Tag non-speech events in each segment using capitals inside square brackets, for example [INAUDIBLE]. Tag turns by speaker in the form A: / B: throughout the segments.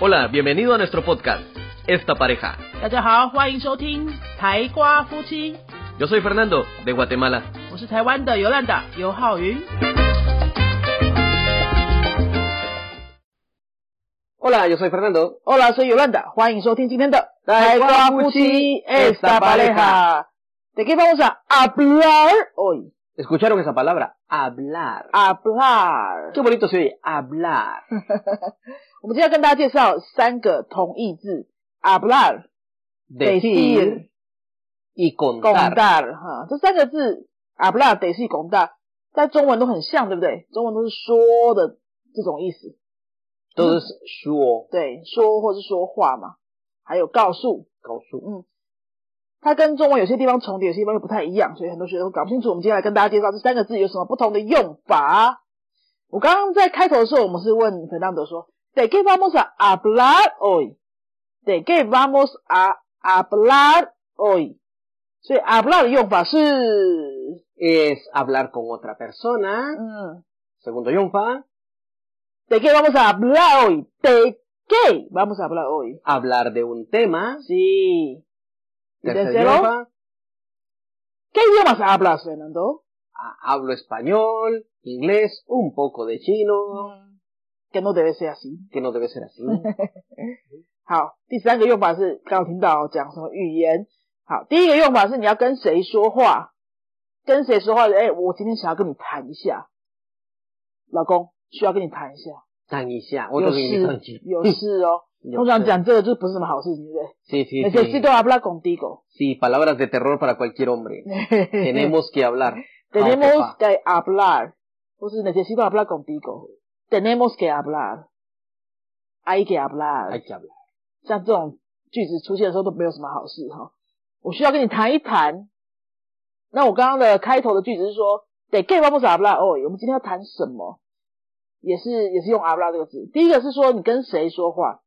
A: Hola, bienvenido a nuestro podcast, Esta Pareja.
B: 大家好，欢迎收听《台瓜夫妻》，
A: Yo soy Fernando, de Guatemala.
B: 我是台湾的尤兰达尤浩云。
A: Hola, yo soy Fernando.
B: Hola, soy Yolanda，欢迎收听今天的哎
A: 台
B: 《
A: 瓜夫妻 esta pareja》。
B: ¿De qué vamos a hablar hoy?
A: ¿Escucharon esa palabra? Hablar.
B: 哎 Hablar。 [LAUGHS]
A: Qué bonito se oye, hablar.
B: 我们今天要跟大家介绍三个同义字：hablar、decir
A: y
B: contar
A: contar.
B: 哈。这三个字，hablar、decir、contar，在中文都很像，对不对？中文都是说的这种意思，
A: Todo es shuo,
B: 对，说或是说话嘛，还有告诉，嗯
A: kaosu.
B: 它跟中文有些地方重叠，有些地方又不太一样，所以很多学生都搞不清楚。我们今天来跟大家介绍这三个字有什么不同的用法。我刚刚在开头的时候，我们是问 Fernando 说，¿De qué vamos a hablar hoy？¿De qué vamos a hablar hoy？所以 hablar 的用法是，
A: Es hablar con otra persona.
B: 嗯
A: Segundo yonfa,
B: ，¿De qué vamos a hablar hoy？¿De qué vamos a hablar hoy？
A: hablar de un tema.
B: 是
A: Tercer
B: tercero?
A: yonfa,
B: ¿Qué idiomas hablas, Fernando？
A: a- hablo español, inglés, un poco de chino,
B: 嗯，Que no debe ser así。
A: que no debe ser así.
B: 好，第三个用法是刚刚有听到讲什么语言。好，第一个用法是你要跟谁说话，跟谁说话？哎、我今天想要跟你谈一下，老公需要跟你谈一下，
A: Tan y xia,
B: 有
A: otro que ni
B: 事
A: tan chi.
B: 有事哦。
A: Yo
B: 通常
A: sé.
B: 讲这个就不是什么好事情，对不对？
A: Sí, sí,
B: 而
A: sí.
B: 且 hablar contigo。
A: Sí, palabras de terror para cualquier
B: [LAUGHS]
A: hombre. Tenemos que hablar. Ah,
B: tenemos que hablar，或是 necesito hablar contigo，tenemos que hablar，hay que hablar。
A: Hay que hablar.
B: 像这种句子出现的时候都没有什么好事哈。我需要跟你谈一谈。那我刚刚的开头的句子是说，de qué vamos a hablar 哦 hoy？我们今天要谈什么？也是也是用 hablar 这个字。第一个是说你跟谁说话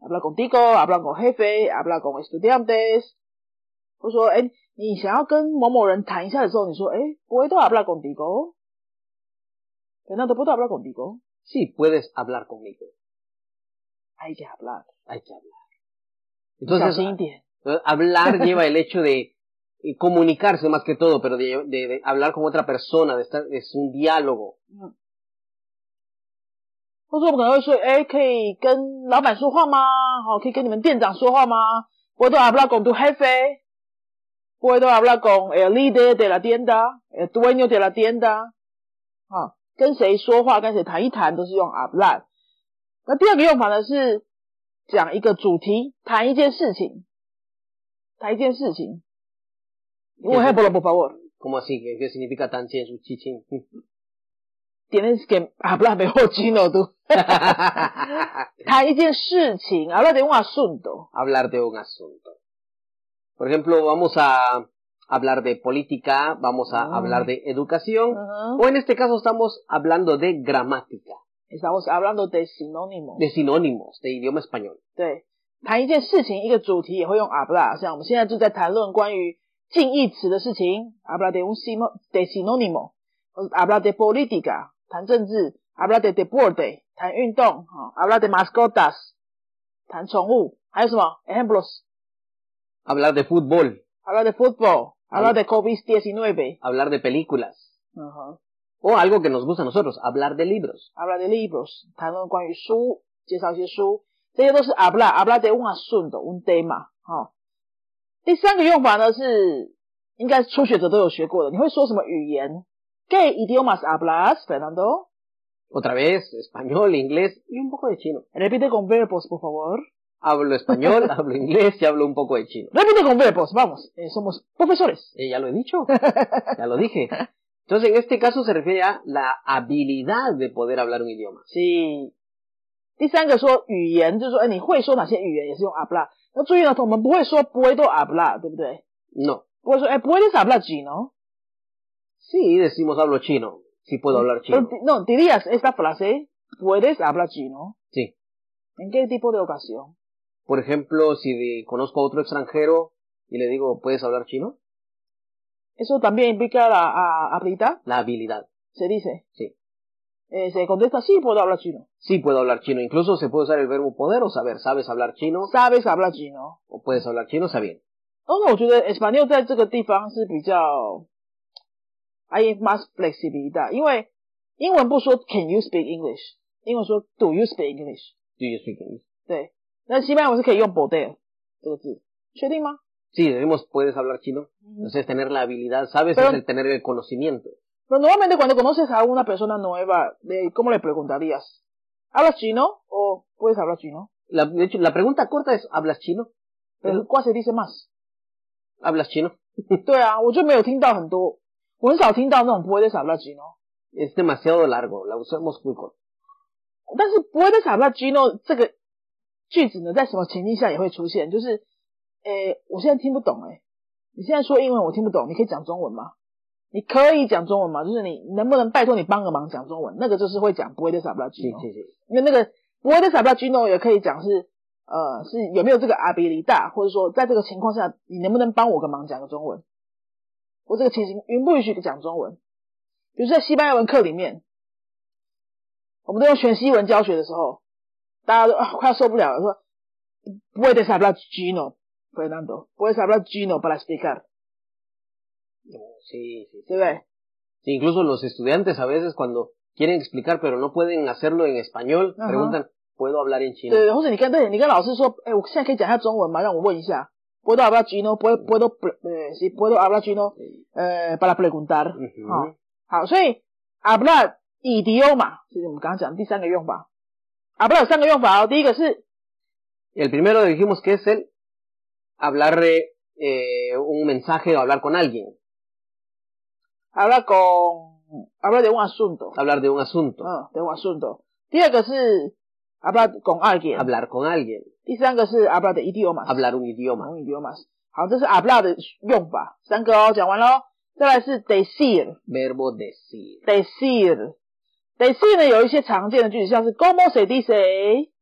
B: ，hablar contigo，hablar con jefe，hablar con estudiantes。或说，哎、你想要跟某某人谈一下的时候，你说，哎、puedo hablar contigo。那都 puedo hablar contigo，
A: Sí, puedes hablar conmigo.
B: hay que hablar。
A: Hay que hablar.
B: 小
A: Entonces,
B: 心一点，
A: eh,
B: [LAUGHS]
A: hablar lleva el hecho de eh, comunicarse más que todo, pero de, de- de hablar con otra persona, de estar, es un diálogo.
B: 或者我们可能会说，哎、可以跟老板说话吗？好、可以跟你们店长说话吗？Puedo hablar con tu jefe? Puedo hablar con el líder de la tienda, el 哎 dueño de la tienda？好、跟谁说话，跟谁谈一谈，都是用 hablar。那第二个用法呢是讲一个主题，谈一件事情，谈一件事情。我还不了不 favor。
A: ¿Cómo así? ¿Qué, qué significa tan chien su
B: [LAUGHS]
A: chichín?
B: Tienes que hablar mejor chino tú。谈一件事情，hablar de un asunto。
A: hablar de un asunto. Por ejemplo, vamos a hablar de política, vamos a
B: Ah.
A: hablar de educación,
B: 嗯哼
A: o en este caso estamos hablando de gramática,
B: Estamos hablando de sinónimo。
A: de sinónimos, de idioma español.
B: 对，谈一件事情，一个主题也会用 hablar。像我们现在就在谈论关于近义词的事情，hablar de un sino de sinónimo，或者 hablar de política，谈政治，hablar de deporte，谈运动，哈，hablar de mascotas，谈宠物，还有什么？ejemplos，hablar
A: Hablar de fútbol,
B: de fútbol，hablar de COVID-19，
A: hablar de películas,
B: 嗯哼
A: o algo que nos gusta a nosotros, hablar de libros.
B: ，hablar de libros，谈论关于书，介绍一些书，这些都是 hablar，hablar de un asunto，un tema，哈、第三个用法呢是，应该初学者都有学过的，你会说什么语言？¿Qué idiomas hablas, Fernando?
A: Otra vez, español, inglés y un poco de chino.
B: Repite con verbos, por favor.
A: Hablo español, hablo inglés y hablo un poco de chino.
B: Repite con verbos, vamos. eh, somos profesores.
A: Eh, ya lo he dicho, ya lo dije. Entonces, en este caso se refiere a la habilidad de poder hablar un idioma.
B: 是。第三个说语言，就是说，哎，你会说哪些语言，也是用 hablar。那注意呢，我们不会说 puedo hablar，对不对？
A: No,
B: 不会说，哎，puedes hablar chino？
A: Sí, decimos hablo chino. Sí puedo hablar chino.
B: Pero, no, dirías esta frase, puedes hablar chino.
A: Sí.
B: ¿En qué tipo de ocasión?
A: Por ejemplo, si de- conozco a otro extranjero y le digo, ¿puedes hablar chino?
B: Eso también implica la a- habilidad,
A: La habilidad.
B: se dice.
A: Sí.
B: eh, se contesta, sí, puedo hablar chino.
A: Sí puedo hablar chino. Incluso se puede usar el verbo poder o saber. ¿Sabes hablar chino?
B: ¿Sabes hablar chino?
A: ¿O puedes hablar chino? Está bien.
B: 哦，那我觉得 Espanol 在这个地方是比较，I must flexibilidad，因为英文不说 Can you speak English，英文说 Do you speak English，pues,
A: Do you speak English?
B: 对，那西班牙文是可以用 poder 这个字，确定吗？
A: Sí, debemos, puedes hablar chino. Entonces, tener la habilidad, ¿sabes?
B: Pero-
A: es el tener el conocimiento.
B: Pero normalmente cuando conoces a una persona nueva, eh, ¿cómo le preguntarías? ¿Hablas chino o puedes hablar chino?
A: La, de hecho, la pregunta corta es, ¿hablas chino?
B: Pero, ¿cuál se dice más?
A: ¿Hablas chino?
B: 对啊，我就没有听到很多，我很少听到那种 puedes hablar chino。
A: Es demasiado largo, la usamos muy corto.
B: 但是 puedes hablar chino 这个句子呢，在什么情境下也会出现？就是，诶、我现在听不懂、诶，你现在说英文我听不懂，你可以讲中文吗？你可以讲中文吗？就是你能不能拜托你帮个忙讲中文？那个就是会讲 puedes hablar
A: Sí,
B: chino。
A: sí, sí.
B: 因为那个 buenos a b l a g i n o 也可以讲是呃是有没有这个阿比利大，或者说在这个情况下，你能不能帮我个忙讲个中文？我这个情形允不允许讲中文？比如说在西班牙文课里面，我们都用全西文教学的时候，大家都、啊、快要受不了了，说 buenos a b l a g i n o Fernando buenos a b l a g i n o para explicar，
A: Sí, sí, sí.
B: 对不对？
A: Sí, Incluso los estudiantes a veces cuando quieren explicar pero no pueden hacerlo en español,
B: Ajá.
A: preguntan, ¿puedo hablar en chino?
B: 对，或者你跟对，你跟老师说，哎，我现在可以讲一下中文吗？让我问一下。Puedo hablar chino, puedo, puedo, pre- 呃，sí, puedo hablar chino, 呃，para preguntar。
A: Ujú.
B: 好，好，所以 hablar idioma 是我们刚刚讲的第三个用法。hablar 有三个用法哦，第一个是
A: El primero dijimos que es el hablar eh, eh, un mensaje o hablar con alguien,
B: hablar con hablar de un asunto，
A: hablar de un asunto,
B: 嗯，de un asunto。第二个是 hablar con alguien，
A: hablar con alguien,
B: 第三个是 hablar de idioma。
A: hablar un idioma,
B: 同语 idiomas。好，这是 hablar 的用法，三个哦，讲完喽。再来是 decir。
A: verbo decir,
B: decir。decir 呢有一些常见的句子，像是 como se dice，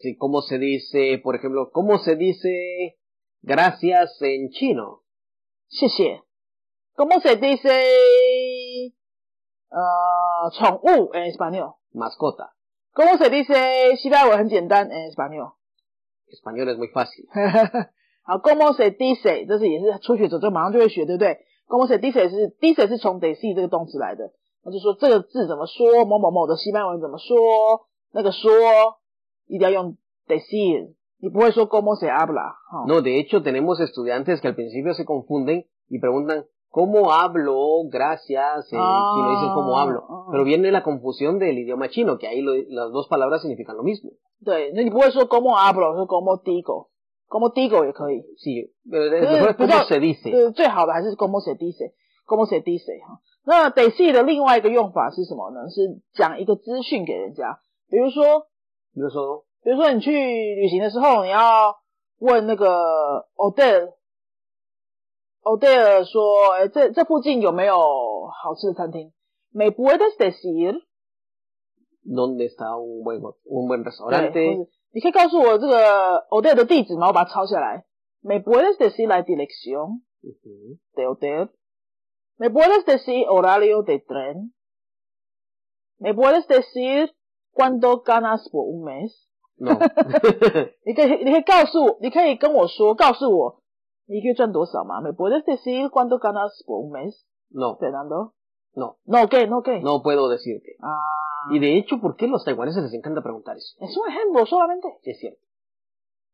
A: Sí, cómo se dice, por ejemplo, cómo se dice gracias en chino,
B: 谢谢；como se dice，呃，宠物 en español；como
A: mascota,
B: se dice 西班牙文很简单哎 en español。
A: español es muy fácil,
B: [LAUGHS] 好，como se dice，这是也是初学者就马上就会学，对不对？como se dice 是 dice 是从 decir 这个动词来的，那就说这个字怎么说，某某某的西班牙文怎么说，那个说一定要用 decir，你不会说 como se habla 哈、
A: No, de hecho tenemos estudiantes que al principio se confunden y preguntan, ¿cómo hablo? Gracias, en
B: Ah,
A: chino dicen cómo hablo.
B: ah.
A: Pero viene la confusión del idioma chino, que ahí lo- las dos palabras significan lo mismo.
B: 对，那你不会说 como hablo，说 como digo，como digo 也可以。
A: Sí, pero es
B: Pero-
A: mejor
B: pero-
A: cómo se dice.
B: 呃，最好的还是 como se dice，como se dice 哈。那 decir 的另外一个用法是什么呢？是讲一个资讯给人家，比如说，
A: Incluso
B: 比如说你去旅行的时候，你要问那个 hotel hotel 说，哎，这这附近有没有好吃的餐厅？Me puedes decir？
A: dónde está un buen, un buen
B: 对，或
A: restaurante.
B: 是你可以告诉我这个 hotel 的地址吗？我把它抄下来。Me puedes decir la dirección？
A: Ujú.
B: de hotel? ¿Me puedes decir horario de tren? ¿Me puedes decir cuánto ganas por un mes?
A: No. [LAUGHS]
B: 你可以，你可以告诉我，你可以跟我说，告诉我你一个月赚多少吗？¿Me puedes decir cuánto ganas por un mes,
A: no,
B: Fernando?
A: no,
B: No, ¿qué? No, ¿qué?
A: no puedo decirte.
B: Ah,
A: Y de hecho, ¿por qué a los taiwaneses les encanta preguntar eso?
B: es un ejemplo solamente.
A: Es cierto.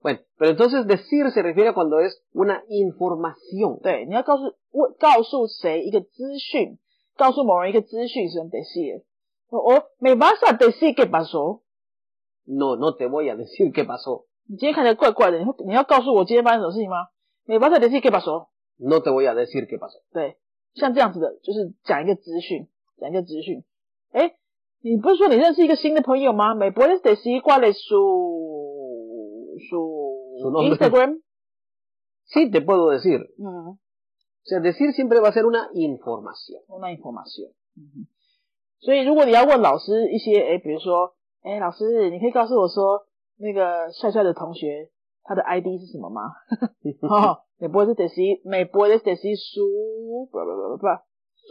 A: Bueno, pero entonces decir se refiere a cuando es una información.
B: 对，你要告诉我告诉谁一个资讯，告诉某人一个资讯是用 decir。我 me vas a decir qué pasó？
A: No, no te voy a decir qué pasó.
B: 你今天看起来怪怪的，你会你要告诉我今天发生什么事情吗？你把这联系给把手，
A: No te voy a decir qué pasó.
B: 对，像这样子的，就是讲一个资讯，讲一个资讯。哎，你不是说你认识一个新的朋友吗？美国的 Stacy 挂了
A: 数
B: 数数
A: 弄的
B: Instagram，
A: Sí, te puedo decir.
B: 嗯
A: O sea, decir siempre va a ser una
B: [LAUGHS]
A: información.
B: ，una información。嗯哼所以如果你要问老师一些，哎，比如说，哎，老师，你可以告诉我说，那个帅帅的同学他的 ID 是什么吗？ [LAUGHS] 哦，美国的 Stacy，美国的 Stacy 数，不不不不不。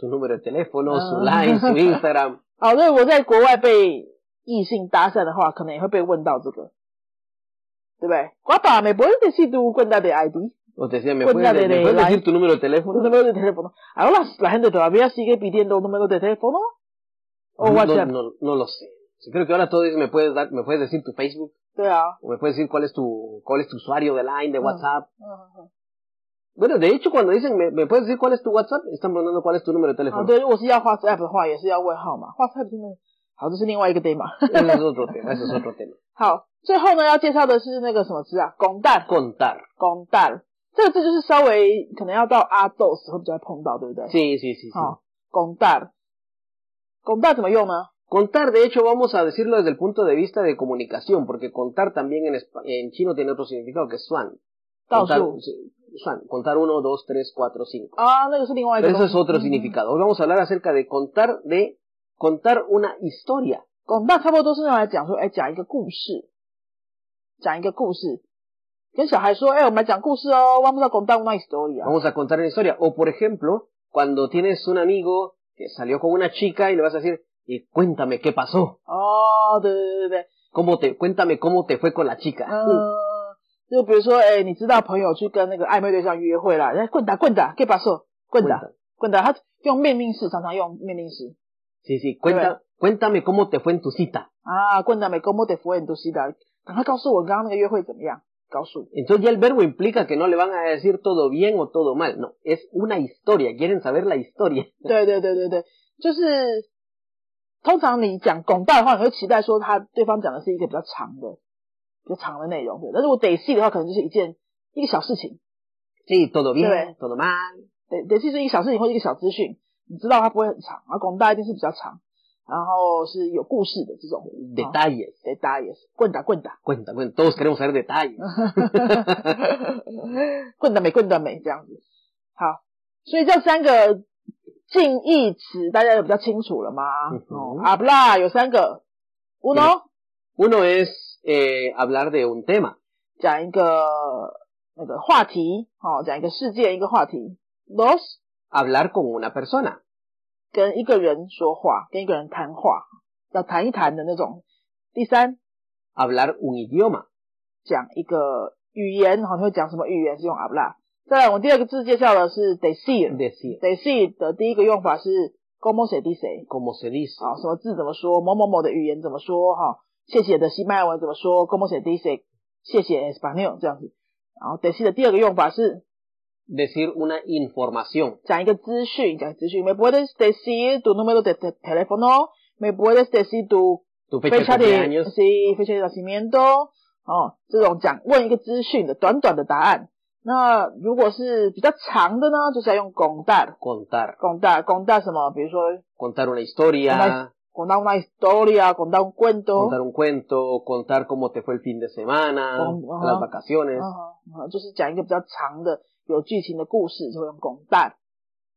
A: Su número de teléfono, su
B: Ah.
A: line, su Instagram.
B: 哦，对，我在国外被异性搭讪的话，可能也会被问到这个，对不对？Guapa, ¿me puedes decir tu cuenta de ID?
A: O te decía, ¿me
B: Pues
A: puedes,
B: la de-
A: ¿me
B: de
A: puedes
B: la-
A: decir tu número de
B: Tu
A: teléfono?
B: número de teléfono. Ahora la gente todavía sigue pidiendo número de teléfono o
A: no,
B: WhatsApp.
A: no, no lo sé. Creo que ahora todo es, ¿me puedes dar, me puedes decir tu Facebook?
B: Sí, ah.
A: ¿O me puedes decir cuál es tu, cuál es tu usuario de Line, de
B: Ah.
A: WhatsApp?
B: Ujú.
A: Bueno, de hecho, cuando dicen, ¿me, me puedes decir cuál es tu WhatsApp? Están preguntando cuál es tu número de
B: 啊，
A: teléfono.
B: 对，如果是要 WhatsApp 的话，也是要问号码。WhatsApp 真的好，这是另外一个 day 嘛。
A: [LAUGHS] Ese es otro tema, ese es otro tema.
B: [LAUGHS] 好，最后呢要介绍的是那个什么字啊，拱蛋，
A: Contar.
B: 拱蛋，这个字就是稍微可能要到阿斗时会比较碰到，对不对？
A: Sí, sí, sí. sí.
B: 好，拱蛋，拱蛋怎么用呢？
A: Contar, de hecho, vamos a decirlo desde el punto de vista de comunicación, porque contar también en, espa- en chino tiene otro significado que es suan. Contar,
B: 倒数。
A: sí, suan, contar uno, dos, tres, cuatro, cinco.
B: 啊，那个是另外一个
A: Pero
B: 东
A: eso es
B: 西。
A: otro
B: 嗯
A: significado. Hoy vamos a hablar acerca de contar, de contar una historia.
B: 广大差不多都是用来讲说，哎，讲一个故事，讲一个故事，跟小孩说，哎，我们来讲故事哦，vamos a contar una historia。
A: Vamos a contar una historia. O, por ejemplo, cuando tienes un amigo que salió con una chica y le vas a decir, y cuéntame qué pasó.
B: 哦，对对对对对，
A: ¿Cómo te, cuéntame cómo te fue con la chica. Mm,
B: 嗯，就比如说，哎、你知道朋友去跟那个暧昧对象约会啦，哎，棍打棍打，给把手，棍打
A: Cuenta.
B: 棍打，他用命令式，常常用命令式
A: Sí, sí, cuenta, cuéntame cómo te fue en tu cita.
B: 啊，棍打美勾摸得佛眼都西的，赶快告诉我刚刚那个约会怎么样，告诉我
A: Entonces ya el verbo implica que no le van a decir todo bien o todo mal. No, es una historia. Quieren saber la historia.
B: 对对对对对，就是通常你讲广大的话，你会期待说他对方讲的是一个比较长的、比较长的内容，对。但是我得细的话，可能就是一件一个小事情，
A: Sí, todo bien,
B: Sí.
A: todo mal.
B: 得得细是一个小事情或一个小资讯，你知道它不会很长，而啊广大一定是比较长，然后是有故事的这
A: Ah.
B: 种。啊
A: Detalles.
B: 得打也是棍打棍打， [LAUGHS]
A: Cuenta, cuenta. Todos queremos saber detalles.
B: 棍打美棍打美这样子。好，所以这三个近义词大家有比较清楚了吗？
A: 嗯哼
B: 哦，阿布拉有三个，乌
A: 对
B: 龙。
A: Uno es eh, hablar de un tema.
B: 讲一个那个话题，哦，讲一个事件，一个话题。Los
A: Hablar con una persona.
B: 跟一个人说话，跟一个人谈话，要谈一谈的那种。第三，
A: Hablar un idioma.
B: 讲一个语言，好，你会讲什么语言是用 habla。再来，我们第二个字介绍的是 decir，decir
A: Decir.
B: 的第一个用法是 como se dice，
A: Como se dice.
B: 啊，什么字怎么说，某某某的语言怎么说，哈、谢谢的西班牙文怎么说，como se dice，谢谢 español 这样子。然后 decir 的第二个用法是
A: Decir una información.
B: 讲一个资讯，讲资讯。Me puedes decir tu número de te- teléfono? Me puedes decir tu
A: Tu fecha,
B: fecha
A: de
B: de
A: cumpleaños.
B: sí, fecha de nacimiento？哦，这种讲问一个资讯的短短的答案。那如果是比较长的呢，就是要用广大
A: Contar.
B: 广大广大什么？比如说
A: Contar una historia.
B: Una- 广大 una historia，广大 un cuento，
A: contar un cuento, contar cómo te fue el fin de semana,
B: Con- Oh, ajá. Ah.
A: las vacaciones.
B: 嗯嗯，就是讲一个比较长的有剧情的故事，就会用拱蛋。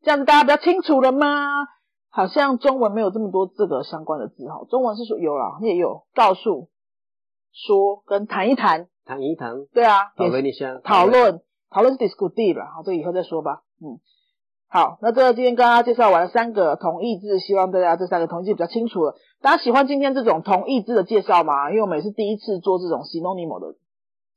B: 这样子大家比较清楚了吗？好像中文没有这么多这个相关的字哈，中文是说有啦，也有告诉、说跟谈一谈，
A: Tan y tan,
B: 对啊，
A: 讨
B: 也是
A: 论一下，
B: 讨论讨论是 discutir 了，好，这个以后再说吧。嗯，好，那这今天跟大家介绍完了三个同义字，希望大家这三个同义字比较清楚了。大家喜欢今天这种同义字的介绍吗？因为我们也是第一次做这种 synonym 的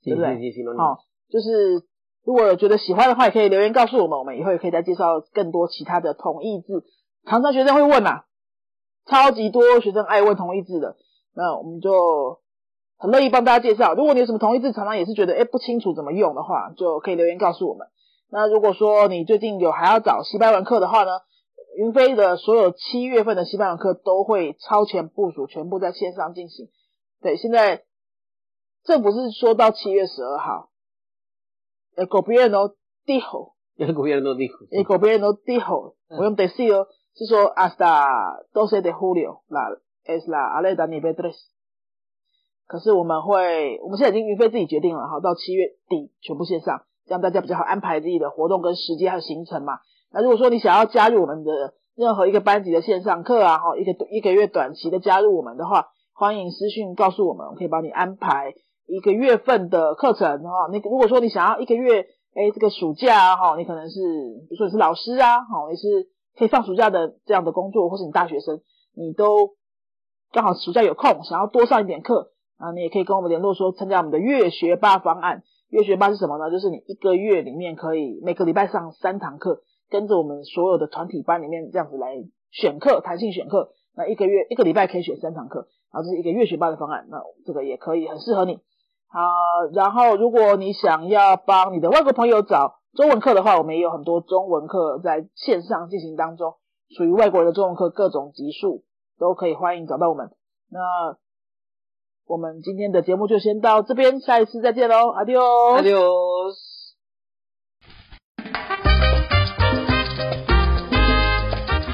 A: Sí,
B: 对不对？
A: sí, sí, sí, no, no.
B: 好，就是如果有觉得喜欢的话，也可以留言告诉我们，我们以后也可以再介绍更多其他的同义字。常常学生会问啊，超级多学生爱问同义字的，那我们就很乐意帮大家介绍。如果你有什么同义字，常常也是觉得哎不清楚怎么用的话，就可以留言告诉我们。那如果说你最近有还要找西班牙文课的话呢，云飞的所有七月份的西班牙文课都会超前部署，全部在线上进行。对，现在政府是说到七月十二号。El 呃 gobierno dijo,
A: El gobierno dijo.
B: el gobierno dijo,
A: Ah.
B: voy a decir, se hizo hasta 12 de julio, la, es la alerta nivel 3。可是我们会，我们现在已经云飞自己决定了哈，到七月底全部线上，这样大家比较好安排自己的活动跟时间还有行程嘛。那如果说你想要加入我们的任何一个班级的线上课啊，哈，一个一个月短期的加入我们的话，欢迎私讯告诉我们，我可以帮你安排一个月份的课程哈。你如果说你想要一个月，哎，这个暑假啊哈，你可能是比如说你是老师啊，哈，你是可以放暑假的这样的工作，或是你大学生，你都刚好暑假有空，想要多上一点课啊，你也可以跟我们联络说参加我们的月学霸方案。月学霸是什么呢？就是你一个月里面可以每个礼拜上三堂课，跟着我们所有的团体班里面这样子来选课，弹性选课。那一个月一个礼拜可以选三堂课，然后这是一个月学霸的方案，那这个也可以很适合你。好、然后如果你想要帮你的外国朋友找中文课的话，我们也有很多中文课在线上进行当中，属于外国人的中文课各种级数都可以，欢迎找到我们。那我们今天的节目就先到这边，下一次再见喽，adios。
A: Adiós.
C: Si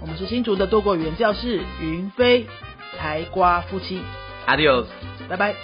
B: 我们是新竹的多国语言教室云飞台瓜夫妻，
C: Adiós.
B: 拜拜。